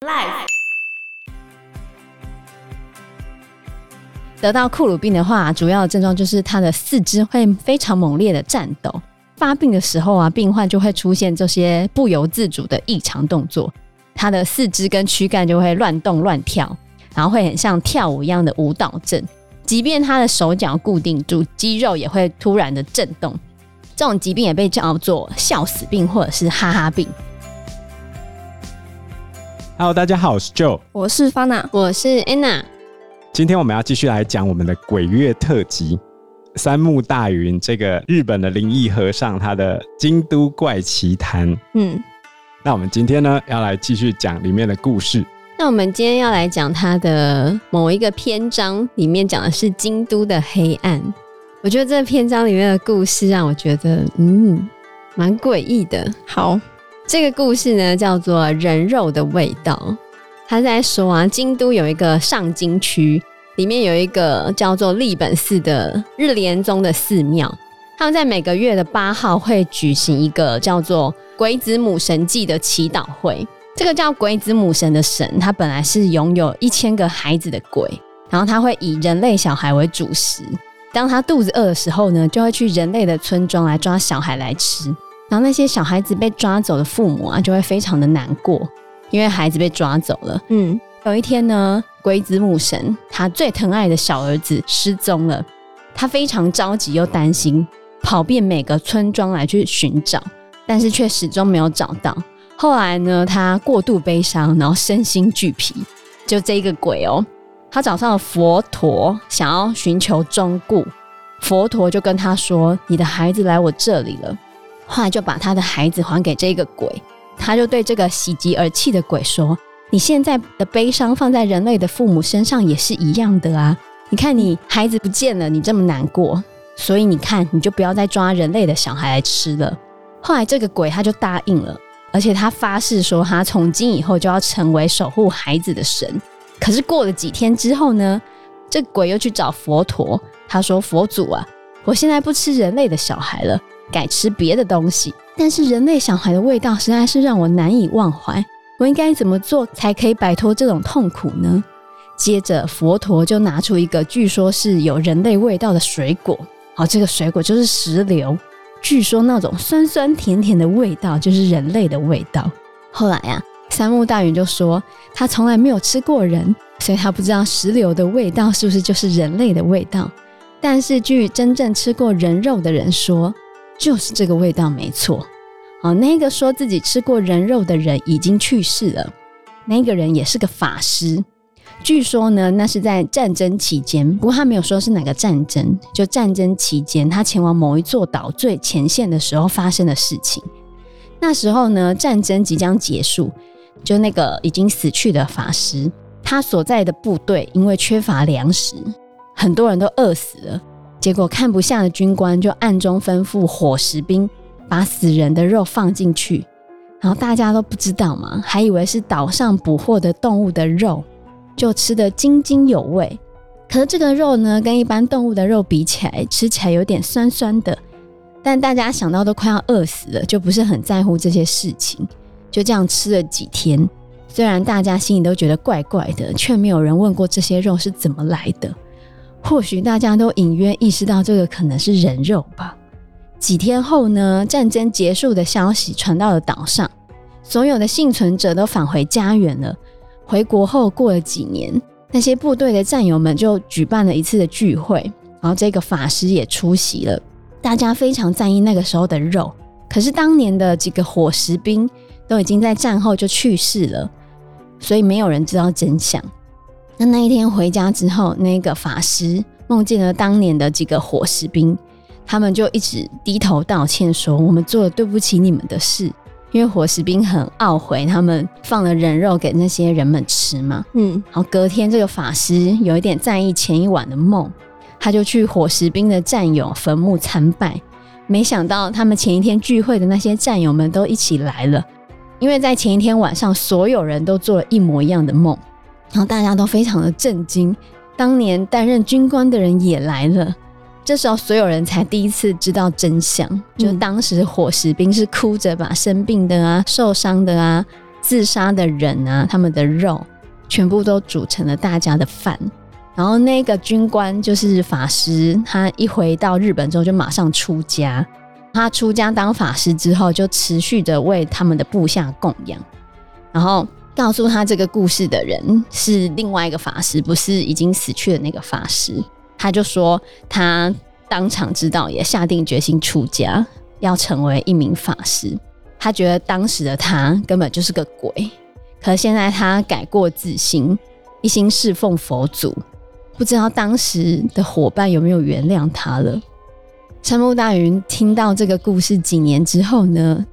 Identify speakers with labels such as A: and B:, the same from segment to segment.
A: Life
B: 得到库鲁病的话，主要的症状就是他的四肢会非常猛烈的颤抖。发病的时候啊，病患就会出现这些不由自主的异常动作，他的四肢跟躯干就会乱动乱跳，然后会很像跳舞一样的舞蹈症。即便他的手脚固定住，肌肉也会突然的震动。这种疾病也被叫做笑死病或者是哈哈病。
C: Hello，大家好，我是 Joe。
D: 我是方娜，
B: 我是 Anna，
C: 今天我们要继续来讲我们的鬼月特辑《三木大云》这个日本的灵异和尚他的《京都怪奇谈》。
D: 嗯，
C: 那我们今天呢，要来继续讲里面的故事。
B: 那我们今天要来讲它的某一个篇章，里面讲的是京都的黑暗。我觉得这篇章里面的故事让我觉得，嗯，蛮诡异的。
D: 好，
B: 这个故事呢，叫做《人肉的味道》。他在说啊，京都有一个上京区，里面有一个叫做立本寺的日莲宗的寺庙。他们在每个月的八号会举行一个叫做“鬼子母神祭”的祈祷会。这个叫鬼子母神的神，他本来是拥有一千个孩子的鬼，然后他会以人类小孩为主食。当他肚子饿的时候呢，就会去人类的村庄来抓小孩来吃。然后那些小孩子被抓走的父母啊，就会非常的难过，因为孩子被抓走了。
D: 嗯，
B: 有一天呢，鬼子母神他最疼爱的小儿子失踪了，他非常着急又担心，跑遍每个村庄来去寻找，但是却始终没有找到。后来呢，他过度悲伤，然后身心俱疲。就这一个鬼哦，他找上了佛陀，想要寻求忠固。佛陀就跟他说：“你的孩子来我这里了。”后来就把他的孩子还给这个鬼，他就对这个喜极而泣的鬼说：“你现在的悲伤放在人类的父母身上也是一样的啊！你看你孩子不见了，你这么难过，所以你看你就不要再抓人类的小孩来吃了。”后来这个鬼他就答应了，而且他发誓说他从今以后就要成为守护孩子的神。可是过了几天之后呢，这鬼又去找佛陀，他说：“佛祖啊，我现在不吃人类的小孩了。”改吃别的东西。但是人类小孩的味道实在是让我难以忘怀，我应该怎么做才可以摆脱这种痛苦呢？接着，佛陀就拿出一个据说是有人类味道的水果，好，这个水果就是石榴，据说那种酸酸甜甜的味道就是人类的味道。后来啊，三木大云就说他从来没有吃过人，所以他不知道石榴的味道是不是就是人类的味道。但是据真正吃过人肉的人说，就是这个味道没错。哦，那个说自己吃过人肉的人已经去世了，那个人也是个法师。据说呢，那是在战争期间，不过他没有说是哪个战争，就战争期间他前往某一座岛最前线的时候发生的事情。那时候呢，战争即将结束，就那个已经死去的法师，他所在的部队因为缺乏粮食，很多人都饿死了。结果看不下的军官就暗中吩咐伙食兵把死人的肉放进去，然后大家都不知道嘛，还以为是岛上捕获的动物的肉，就吃得津津有味。可是这个肉呢，跟一般动物的肉比起来，吃起来有点酸酸的。但大家想到都快要饿死了，就不是很在乎这些事情。就这样吃了几天，虽然大家心里都觉得怪怪的，却没有人问过这些肉是怎么来的。或许大家都隐约意识到这个可能是人肉吧。几天后呢，战争结束的消息传到了岛上，所有的幸存者都返回家园了。回国后过了几年，那些部队的战友们就举办了一次的聚会，然后这个法师也出席了。大家非常在意那个时候的肉，可是当年的几个伙食兵都已经在战后就去世了，所以没有人知道真相。那那一天回家之后，那个法师梦见了当年的几个伙食兵，他们就一直低头道歉说：“我们做了对不起你们的事。”因为伙食兵很懊悔，他们放了人肉给那些人们吃嘛。
D: 嗯，
B: 然后隔天，这个法师有一点在意前一晚的梦，他就去伙食兵的战友坟墓参拜。没想到他们前一天聚会的那些战友们都一起来了，因为在前一天晚上，所有人都做了一模一样的梦，然后大家都非常的震惊。当年担任军官的人也来了，这时候所有人才第一次知道真相，就是当时伙食兵是哭着把生病的啊、受伤的啊、自杀的人啊，他们的肉全部都煮成了大家的饭。然后那个军官就是法师，他一回到日本之后就马上出家。他出家当法师之后，就持续的为他们的部下供养。然后告诉他这个故事的人是另外一个法师，不是已经死去的那个法师。他就说他当场知道，也下定决心出家，要成为一名法师。他觉得当时的他根本就是个鬼，可现在他改过自新，一心侍奉佛祖。不知道当时的伙伴有没有原谅他了？山木大云听到这个故事几年之后呢，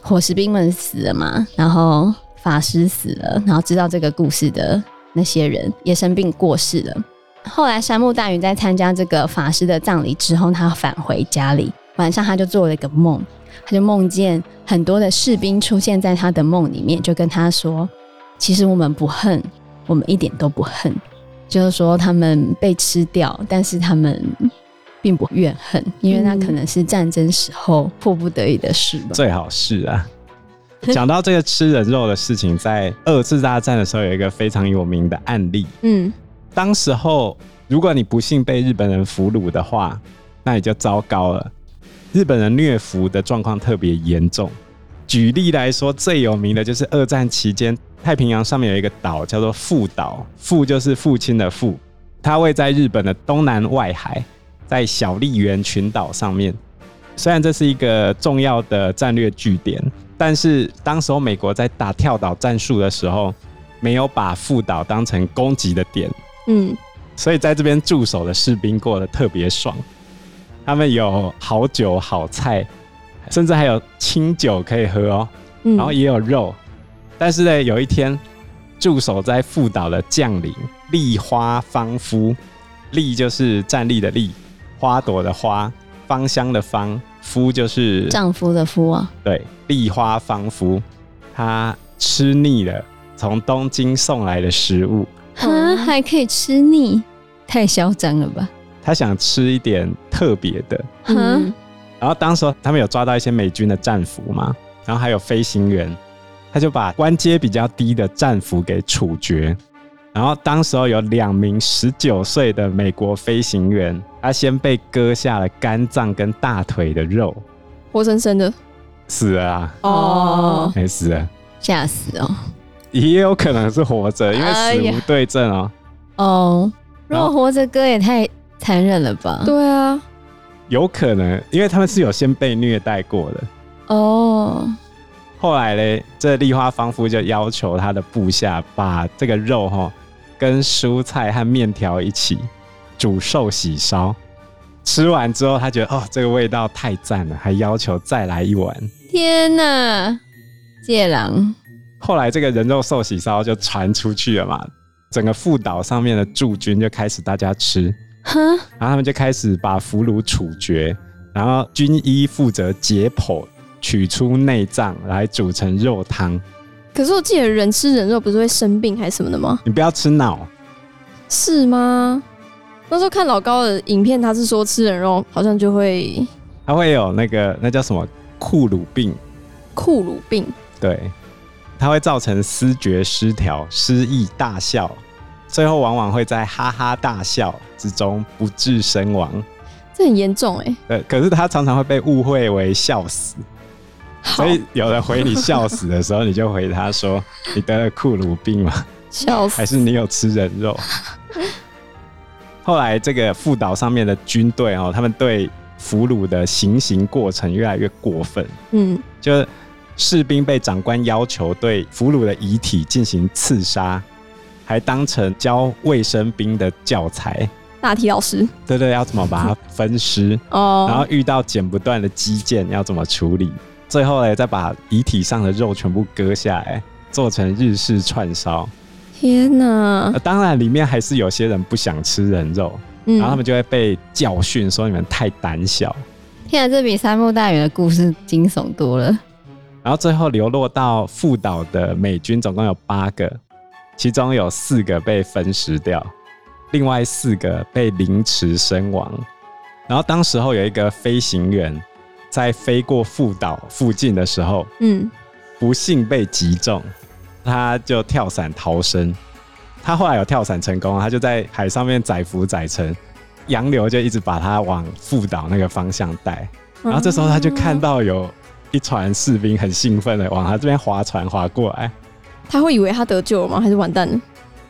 B: 伙食兵们死了嘛，然后法师死了，然后知道这个故事的那些人也生病过世了。后来山木大云在参加这个法师的葬礼之后，他返回家里，晚上他就做了一个梦，他就梦见很多的士兵出现在他的梦里面，就跟他说：“其实我们不恨，我们一点都不恨。”就是说他们被吃掉，但是他们并不怨恨，因为那可能是战争时候迫不得已的事吧。
C: 最好是啊。讲到这个吃人肉的事情，在二次大战的时候有一个非常有名的案例。
B: 嗯，
C: 当时候，如果你不幸被日本人俘虏的话，那你就糟糕了。日本人虐俘的状况特别严重。举例来说，最有名的就是二战期间，太平洋上面有一个岛叫做父岛，父就是父亲的父，它位在日本的东南外海，在小笠原群岛上面。虽然这是一个重要的战略据点，但是当时候美国在打跳岛战术的时候，没有把父岛当成攻击的点，
A: 嗯，
C: 所以在这边驻守的士兵过得特别爽，他们有好酒好菜，甚至还有清酒可以喝哦，
A: 嗯
C: 然后也有肉。但是呢，有一天驻守在富岛的将领立花芳夫，立就是站立的立，花朵的花，芳香的芳，夫就是
B: 丈夫的夫啊，
C: 对，立花芳夫，他吃腻了从东京送来的食物，
B: 哈，还可以吃腻，太嚣张了吧？
C: 他想吃一点特别的，
B: 哈，
A: 嗯
C: 然后当时他们有抓到一些美军的战俘嘛，然后还有飞行员，他就把官阶比较低的战俘给处决。然后当时候有两名十九岁的美国飞行员，他先被割下了肝脏跟大腿的肉，
A: 活生生的
C: 死了 啊，
B: 哦
C: 没、死了，
B: 吓死哦！
C: 也有可能是活着，因为
B: 哎
C: 死
B: 呀
C: 无对证哦。
B: 哦，如
C: 然
B: 果
C: 后
B: 活着割也太残忍了吧？
A: 对啊，
C: 有可能，因为他们是有先被虐待过的。
B: 哦，
C: 后来嘞，这立花芳夫就要求他的部下把这个肉哈跟蔬菜和面条一起煮寿喜烧。吃完之后，他觉得哦，这个味道太赞了，还要求再来一碗。
B: 天哪，借狼，
C: 后来这个人肉寿喜烧就传出去了嘛，整个富岛上面的驻军就开始大家吃，
B: 哈，
C: 然后他们就开始把俘虏处决，然后军医负责解剖，取出内脏来煮成肉汤。
A: 可是我记得人吃人肉不是会生病还是什么的吗？
C: 你不要吃脑，
A: 是吗？那时候看老高的影片，他是说吃人肉好像就会
C: 它会有那个那叫什么库鲁病，
A: 酷乳病，
C: 对，它会造成思觉失调、失忆、大笑，最后往往会在哈哈大笑之中不治身亡。
A: 这很严重哎、
C: 呃，可是它常常会被误会为笑死，
A: 好
C: 所以有人回你笑死的时候，你就回他说：“你得了库鲁病吗？”
A: 笑死
C: 还，是你有吃人肉？后来这个副岛上面的军队哦，他们对俘虏的行刑过程越来越过分，
A: 嗯，
C: 就是士兵被长官要求对俘虏的遗体进行刺杀，还当成教卫生兵的教材。
A: 大体老师
C: 对对，要怎么把它分尸？然后
A: 哦，
C: 遇到剪不断的肌腱要怎么处理？最后呢，再把遗体上的肉全部割下来，做成日式串烧。
A: 天哪
C: 呃，当然，里面还是有些人不想吃人肉，
A: 嗯，
C: 然后他们就会被教训说你们太胆小，
B: 天啊，这比三木大雨的故事惊悚多了。
C: 然后最后流落到富岛的美军总共有八个，其中有四个被分食掉，另外四个被凌迟身亡。然后当时候有一个飞行员在飞过富岛附近的时候，
A: 嗯，
C: 不幸被击中，他就跳伞逃生。他后来有跳伞成功，他就在海上面载浮载沉，洋流就一直把他往富岛那个方向带。然后这时候他就看
A: 到，
C: 到有一船士兵很兴奋的往他这边划船划过来，
A: 他会以为他得救了吗？还是完蛋了？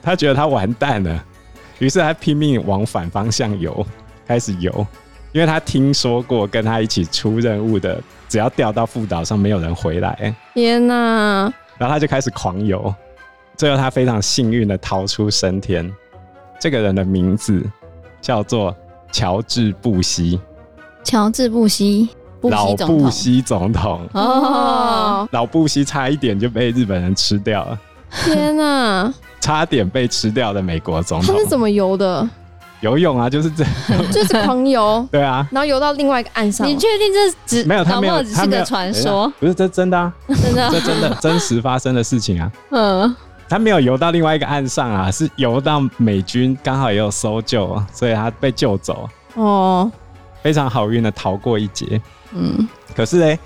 C: 他觉得他完蛋了，于是他拼命往反方向游，开始游，因为他听说过跟他一起出任务的，只要掉到副岛上没有人回来，
A: 天哪、
C: 然后他就开始狂游，最后他非常幸运的逃出升天。这个人的名字叫做乔治·布希，
B: 乔治布希，布
C: 老
B: 希总
C: 布
B: 统
C: 希总统。
B: 哦，
A: 哦，
C: 老布希差一点就被日本人吃掉了，
A: 天哪、
C: 差点被吃掉的美国总
A: 他
C: 统。
A: 是怎么 游的？
C: 游泳啊？就是这， ，
A: 就是狂游
C: 对啊，
A: 然后游到另外一个岸上。
B: 你确定这只
C: 没有他
B: 搞
C: 没
B: 不好
C: 有，
B: 只
C: 他
B: 是
C: 没有
B: 个传说，，
C: 不是这真的啊，
B: 真的？
C: 这真的真实发生的事情啊。
B: 嗯，
C: 他没有游到另外一个岸上啊，是游到美军刚好也有搜救，所以他被救走，
A: 哦，
C: 非常好运的逃过一劫。
B: 嗯，
C: 可是呢，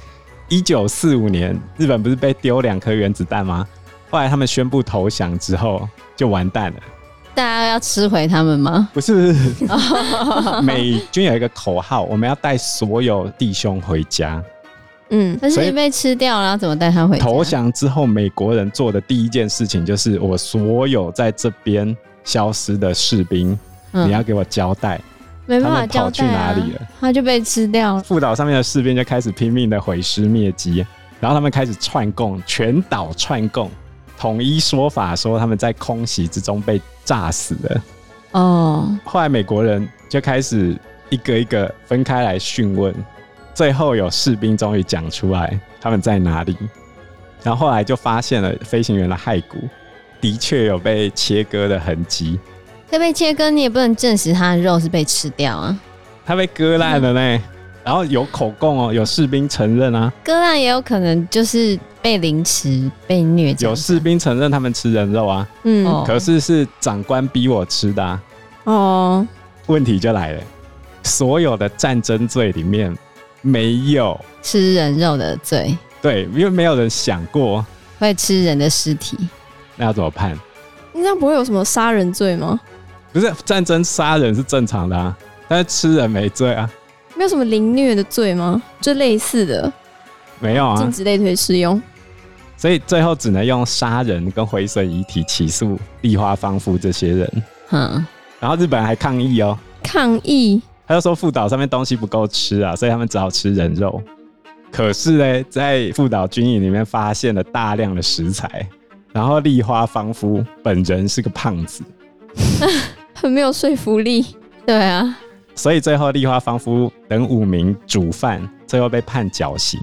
C: 一九四五年日本不是被丢两颗原子弹吗？后来他们宣布投降之后就完蛋了，
B: 大家要吃回他们吗？
C: 不是 不是，美军有一个口号，我们要带所有弟兄回家。
A: 嗯，
B: 可
C: 所
B: 是
C: 以
B: 你被吃掉了，然后怎么带他回家？
C: 投降之后，美国人做的第一件事情就是，我所有在这边消失的士兵，
B: 嗯
C: 你要给我交代，
B: 没办法
C: 他们跑
B: 交代、啊、
C: 去哪里了
B: 他就被吃掉了。
C: 副岛上面的士兵就开始拼命的毁尸灭迹，然后他们开始串供，全岛串供，统一说法说他们在空袭之中被炸死的。
B: 哦，
C: 后来美国人就开始一个一个分开来讯问，最后有士兵终于讲出来他们在哪里，然后后来就发现了飞行员的骸骨，的确有被切割的痕迹，
B: 这被切割，你也不能证实他的肉是被吃掉啊。
C: 他被割烂了呢。然后有口供哦，有士兵承认啊，
B: 割让也有可能就是被凌迟、被虐这
C: 有
B: 样子
C: 士兵承认他们吃人肉啊，
A: 嗯，
B: 哦
C: 可是是长官逼我吃的、啊。
A: 哦，
C: 问题就来了，所有的战争罪里面没有
B: 吃人肉的罪，
C: 对，因为没有人想过
B: 会吃人的尸体。
C: 那要怎么判？
A: 那这样不会有什么杀人罪吗？
C: 不是战争杀人是正常的啊，但是吃人没罪啊，
A: 没有什么凌虐的罪吗？就类似的，
C: 没有
A: 禁
C: 啊，
A: 止类推适用。
C: 所以最后只能用杀人跟毁损遗体起诉立花芳夫这些人。
B: 嗯，
C: 然后日本人还抗议哦，
A: 抗议，
C: 他就说富岛上面东西不够吃啊，所以他们只好吃人肉。可是呢，在富岛军营里面发现了大量的食材，然后立花芳夫本人是个胖子，
A: 很没有说服力。
B: 对啊，
C: 所以最后立花芳夫等五名主犯最后被判绞刑，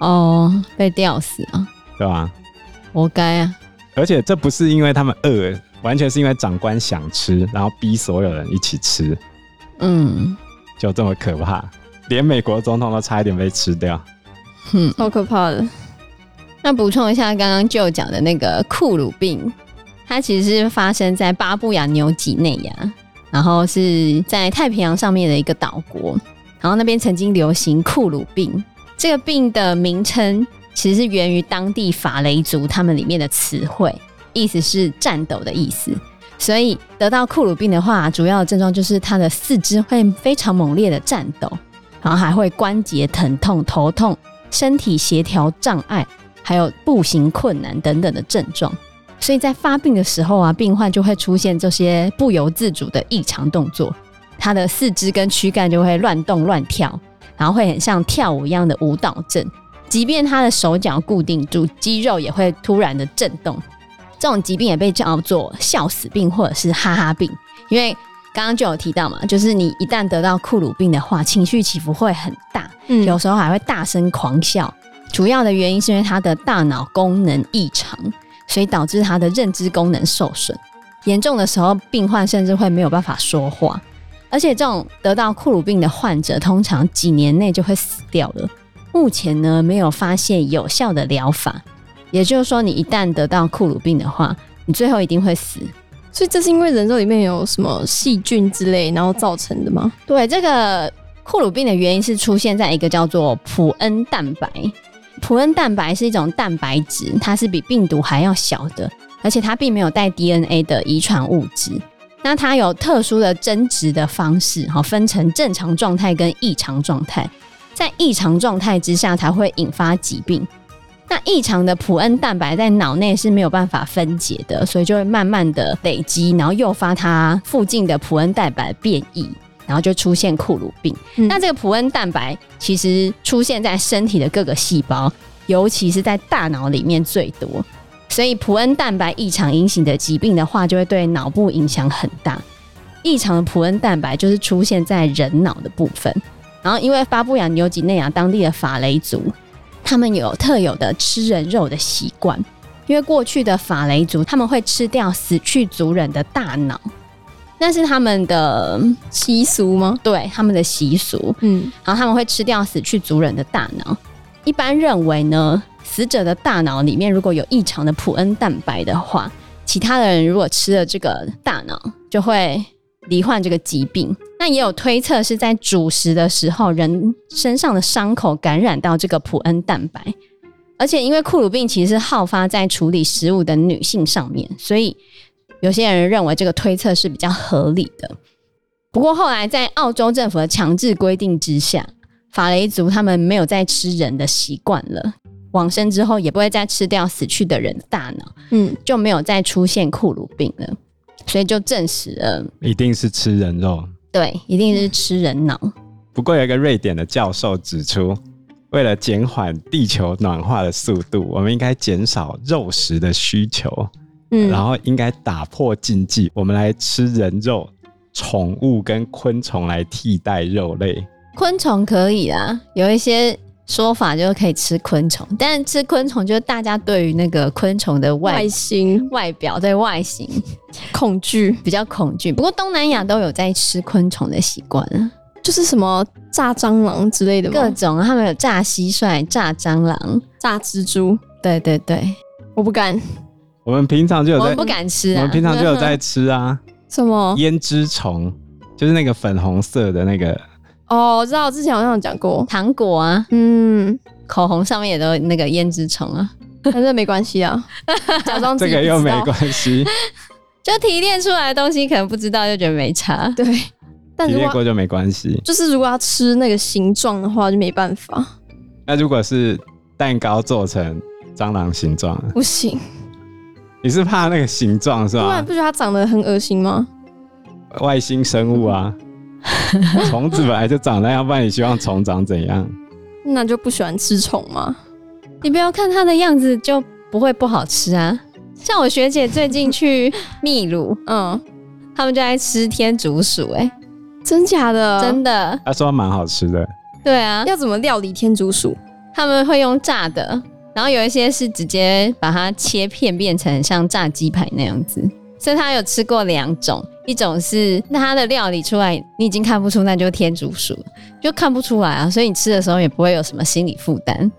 B: 哦，被吊死啊，
C: 对吧、
B: 活该啊。
C: 而且这不是因为他们饿，完全是因为长官想吃，然后逼所有人一起吃，
B: 嗯，
C: 就这么可怕。连美国总统都差一点被吃掉。
B: 哼。
A: 好可怕的。
B: 那补充一下刚刚就讲的那个库鲁病，它其实是发生在巴布亚纽几内亚，然后是在太平洋上面的一个岛国，然后那边曾经流行库鲁病。这个病的名称其实是源于当地法雷族他们里面的词汇，意思是战斗的意思。所以得到库鲁病的话，主要的症状就是他的四肢会非常猛烈的战斗，然后还会关节疼痛、头痛、身体协调障碍。还有步行困难等等的症状。所以在发病的时候啊，病患就会出现这些不由自主的异常动作，他的四肢跟躯干就会乱动乱跳，然后会很像跳舞一样的舞蹈症。即便他的手脚固定住，肌肉也会突然的震动。这种疾病也被叫做笑死病或者是哈哈病，因为刚刚就有提到嘛，就是你一旦得到库鲁病的话，情绪起伏会很大，
A: 嗯，
B: 有时候还会大声狂笑。主要的原因是因为他的大脑功能异常，所以导致他的认知功能受损。严重的时候，病患甚至会没有办法说话。而且，这种得到库鲁病的患者，通常几年内就会死掉了。目前呢，没有发现有效的疗法。也就是说，你一旦得到库鲁病的话，你最后一定会死。
A: 所以这是因为人肉里面有什么细菌之类，然后造成的吗？
B: 对，这个库鲁病的原因是出现在一个叫做普恩蛋白，普恩蛋白是一种蛋白质，它是比病毒还要小的，而且它并没有带 DNA 的遗传物质。那它有特殊的增殖的方式，好分成正常状态跟异常状态。在异常状态之下，才会引发疾病。那异常的普恩蛋白在脑内是没有办法分解的，所以就会慢慢的累积，然后诱发它附近的普恩蛋白变异，然后就出现库鲁病。
A: 嗯
B: 那这个普恩蛋白其实出现在身体的各个细胞，尤其是在大脑里面最多。所以普恩蛋白异常引起的疾病的话，就会对脑部影响很大。异常的普恩蛋白就是出现在人脑的部分。然后，因为巴布亚纽几内亚当地的法雷族，他们有特有的吃人肉的习惯，因为过去的法雷族他们会吃掉死去族人的大脑，那是他们的
A: 习俗吗？
B: 对他们的习俗，
A: 嗯，
B: 然后他们会吃掉死去族人的大脑。一般认为呢，死者的大脑里面如果有异常的普恩蛋白的话，其他的人如果吃了这个大脑，就会罹患这个疾病。那也有推测是在主食的时候，人身上的伤口感染到这个普恩蛋白。而且因为库鲁病其实是好发在处理食物的女性上面，所以有些人认为这个推测是比较合理的。不过后来在澳洲政府的强制规定之下，法雷族他们没有再吃人的习惯了，往生之后也不会再吃掉死去的人的大脑，
A: 嗯，
B: 就没有再出现库鲁病了，所以就证实了，
C: 一定是吃人肉。
B: 对，一定是吃人脑。
C: 不过有一个瑞典的教授指出，为了减缓地球暖化的速度，我们应该减少肉食的需求，
A: 嗯
C: 然后应该打破禁忌，我们来吃人肉、宠物跟昆虫来替代肉类。
B: 昆虫可以啊，有一些说法就可以吃昆虫，但吃昆虫就是大家对于那个昆虫的外
A: 外形
B: 外表对外形
A: 恐惧
B: 比较恐惧。不过东南亚都有在吃昆虫的习惯啊。
A: 就是什么炸蟑螂之类的
B: 各
A: 吗？
B: 种，他们有炸蟋蟀、炸蟑螂，
A: 炸蜘蛛，
B: 对对对，
A: 我不敢。
C: 我们平常就有
B: 我们，
C: 在
B: 不敢吃
C: 我
B: 啊
C: 们。平常就有在吃啊，
A: 什么？
C: 胭脂虫，就是那个粉红色的那个，
A: 哦，我知道，之前好像有讲过。
B: 糖果啊，
A: 嗯，
B: 口红上面也都有那个胭脂虫啊，
A: 反正没关系啊，假装自
C: 这
A: 己不
C: 个
A: 知
C: 又
A: 道
C: 没关系，
B: 就提炼出来的东西，可能不知道就觉得没差。
A: 对，但
C: 体
A: 如
C: 验
A: 果
C: 过就没关系。
A: 就是如果要吃那个形状的话，就没办法，
C: 那如果是蛋糕做成蟑螂形状，
A: 不行。
C: 你是怕那个形状是
A: 不然
C: 吧
A: 不？觉得它长得很恶心吗？
C: 外星生物啊， 虫子本来就长那样，不然你希望虫长怎样？
A: 那就不喜欢吃虫嘛。
B: 你不要看它的样子就不会不好吃啊。像我学姐最近去秘鲁，
A: 嗯，
B: 他们就爱吃天竺鼠、 欸，
A: 真假的？
B: 真的，
C: 他说蛮好吃的，
B: 对啊，
A: 要怎么料理天竺鼠？
B: 他们会用炸的，然后有一些是直接把它切片变成像炸鸡排那样子。所以他有吃过两种，一种是那它的料理出来，你已经看不出那就是天竺鼠，就看不出来啊，所以你吃的时候也不会有什么心理负担，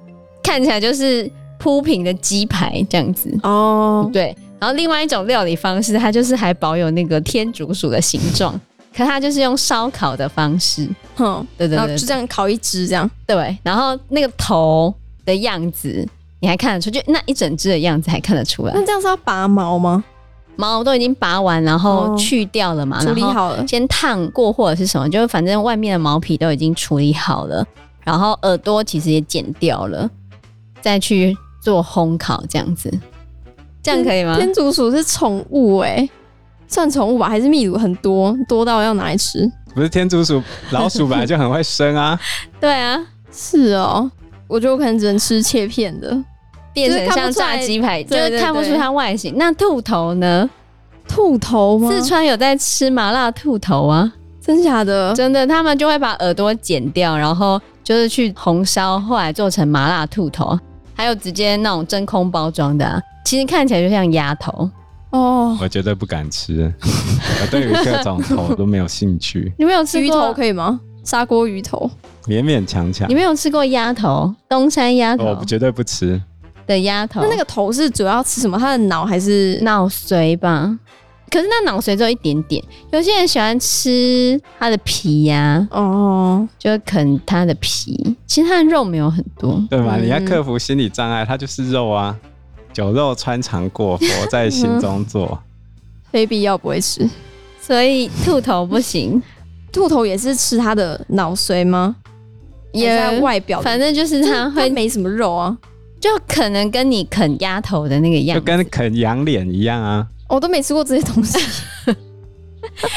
B: 看起来就是铺平的鸡排这样子。
A: 哦，
B: 对，然后另外一种料理方式，它就是还保有那个天竺鼠的形状，可它就是用烧烤的方式，
A: 哼，
B: 对对
A: 然后
B: 对
A: 就这样烤一只这样。
B: 对，然后那个头的样子你还看得出，就那一整只的样子还看得出来
A: 那。这样是要拔毛吗？
B: 毛都已经拔完，然后
A: 哦
B: 去掉了嘛，
A: 处理
B: 然后
A: 好了。
B: 先烫过或者是什么，就是反正外面的毛皮都已经处理好了，然后耳朵其实也剪掉了，再去做烘烤这样子，这样可以吗？
A: 天竺鼠是宠物哎、算宠物吧？还是秘鲁很多多到要拿来吃？
C: 不是天竺鼠、老鼠本来就很会生 啊，
B: 对啊，
A: 是哦，我觉得我可能只能吃切片的。
B: 变成
A: 就是看
B: 像
A: 不出
B: 炸
A: 来
B: 鸡排，就
A: 对
B: 是
A: 对
B: 看不
A: 对
B: 出它外形。那兔头呢？
A: 兔头吗？
B: 四川有在吃麻辣兔头啊。
A: 真假的？
B: 真的，他们就会把耳朵剪掉，然后就是去红烧，后来做成麻辣兔头，还有直接那种真空包装的啊、其实看起来就像鸭头。
A: 哦，
C: 我绝对不敢吃，我对于各种头都没有兴趣，
B: 你没有吃
A: 鱼
B: 过
A: 头可以吗？砂锅鱼头
C: 勉勉强强
B: 你，没有吃过鸭头，东山鸭头
C: 哦我绝对不吃。
B: 的鸭头，
A: 那那个头是主要吃什么？它的脑还是
B: 脑髓吧？可是那脑髓只有一点点，有些人喜欢吃它的皮呀、
A: 哦，
B: 就会啃它的皮，其实它的肉没有很多。
C: 对吧？
A: 嗯
C: 你要克服心理障碍，它就是肉啊，酒肉穿肠过， 佛在心中坐。
A: 非必要不会吃。
B: 所以兔头不 行，
A: 兔头也是吃它的脑髓吗？
B: 也
A: 还是它外表的，
B: 反正就是 它
A: 它
B: 会，
A: 没什么肉啊，
B: 就可能跟你啃鸭头的那个样
C: 就
B: 子，
C: 跟啃羊脸一样啊，
A: 我都没吃过这些东西，
B: 羊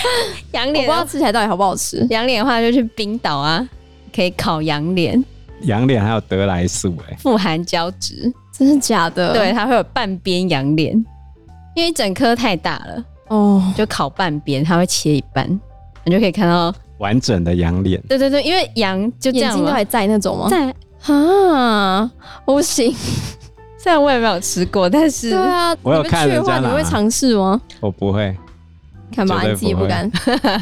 B: 脸啊
A: 我不知道
B: 的，
A: 吃起来到底好不好吃。
B: 羊脸的话就去冰岛啊，可以烤羊脸，
C: 羊脸还有德莱素哎、
B: 富含胶质，
A: 真的假的？
B: 对，，它会有半边羊脸，因为一整颗太大了，
A: 哦，
B: 就烤半边，它会切一半，你就可以看到，
C: 完整的羊脸。
B: 对对对，因为羊就这
A: 眼
B: 样
A: 睛都
B: 嘛
A: 还，在那种吗？
B: 在
A: 啊，不行。
B: 虽然我也没有吃过，但是
A: 对啊，
C: 我有
A: 你被
C: 看
A: 去的
C: 人家
A: 话，你
C: 拿
A: 会尝试吗？
C: 我不会，
A: 看吧，
C: 绝对
A: 你自己
C: 不
A: 不
C: 会啊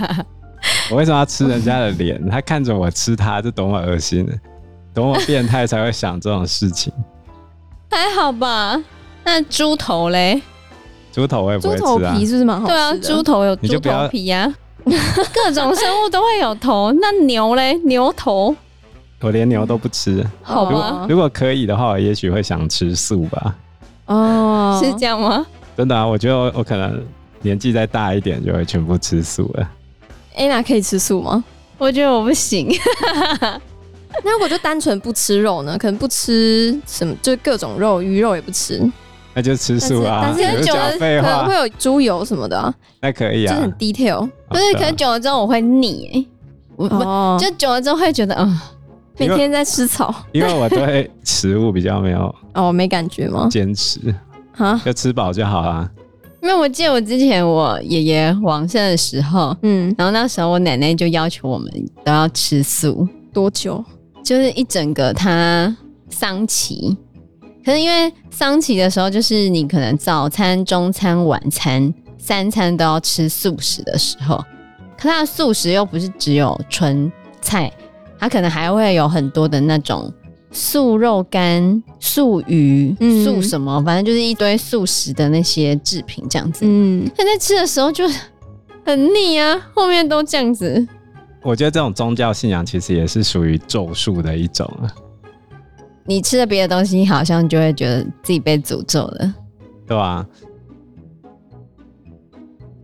A: 敢。
C: 我为什么要吃人家的 脸？他看着我吃他，这多么恶心，多么变态才会想这种事情。
B: 还好吧。那猪头嘞？
C: 猪头我也不
A: 猪
C: 会
A: 头
C: 吃啊
A: 皮，是不是蛮好吃
B: 对啊，
A: 的？
B: 猪头有
C: 你
B: 猪
C: 就不要
B: 头皮 呀、各种生物都会有头。那牛嘞？牛头
C: 我连牛都不吃。
B: 好
A: 啊
C: 如
B: 吧
C: 果如果可以的话，我也许会想吃素吧。
A: 哦，
B: 是这样吗？
C: 真的啊，我觉得我我可能年纪再大一点就会全部吃素了。
A: Anna 可以吃素吗？
B: 我觉得我不行，
A: 那如果就单纯不吃肉呢？可能不吃什么，就各种肉，鱼肉也不吃，
C: 那就吃素啊！
A: 但是
C: 你
A: 但
C: 就是讲废
A: 可能
C: 话
A: 会，有猪油什么的、啊，
C: 那可以
A: 就
C: 啊
A: 是很。detail。
B: 不是，可能久了之后我会腻、欸，我、我
A: 哦，就
B: 就久了之后会觉得，嗯，
A: 每天在吃草，
C: 因为我对食物比较没有
A: 哦，没感觉吗？
C: 坚持，
A: 啊，
C: 就吃饱就好啊啦。
B: 因为我记得我之前我爷爷往生的时候，
A: 嗯，
B: 然后那时候我奶奶就要求我们都要吃素，
A: 多久？
B: 就是一整个他丧期。可是因为丧期的时候，就是你可能早餐、中餐、晚餐三餐都要吃素食的时候，可它的素食又不是只有纯菜，它可能还会有很多的那种素肉干、素鱼、
A: 嗯
B: 素什么，反正就是一堆素食的那些制品这样子。
A: 嗯，
B: 但在吃的时候就很腻啊，后面都这样子。
C: 我觉得这种宗教信仰其实也是属于咒术的一种啊，
B: 你吃了别的东西，好像就会觉得自己被诅咒了。
C: 对吧、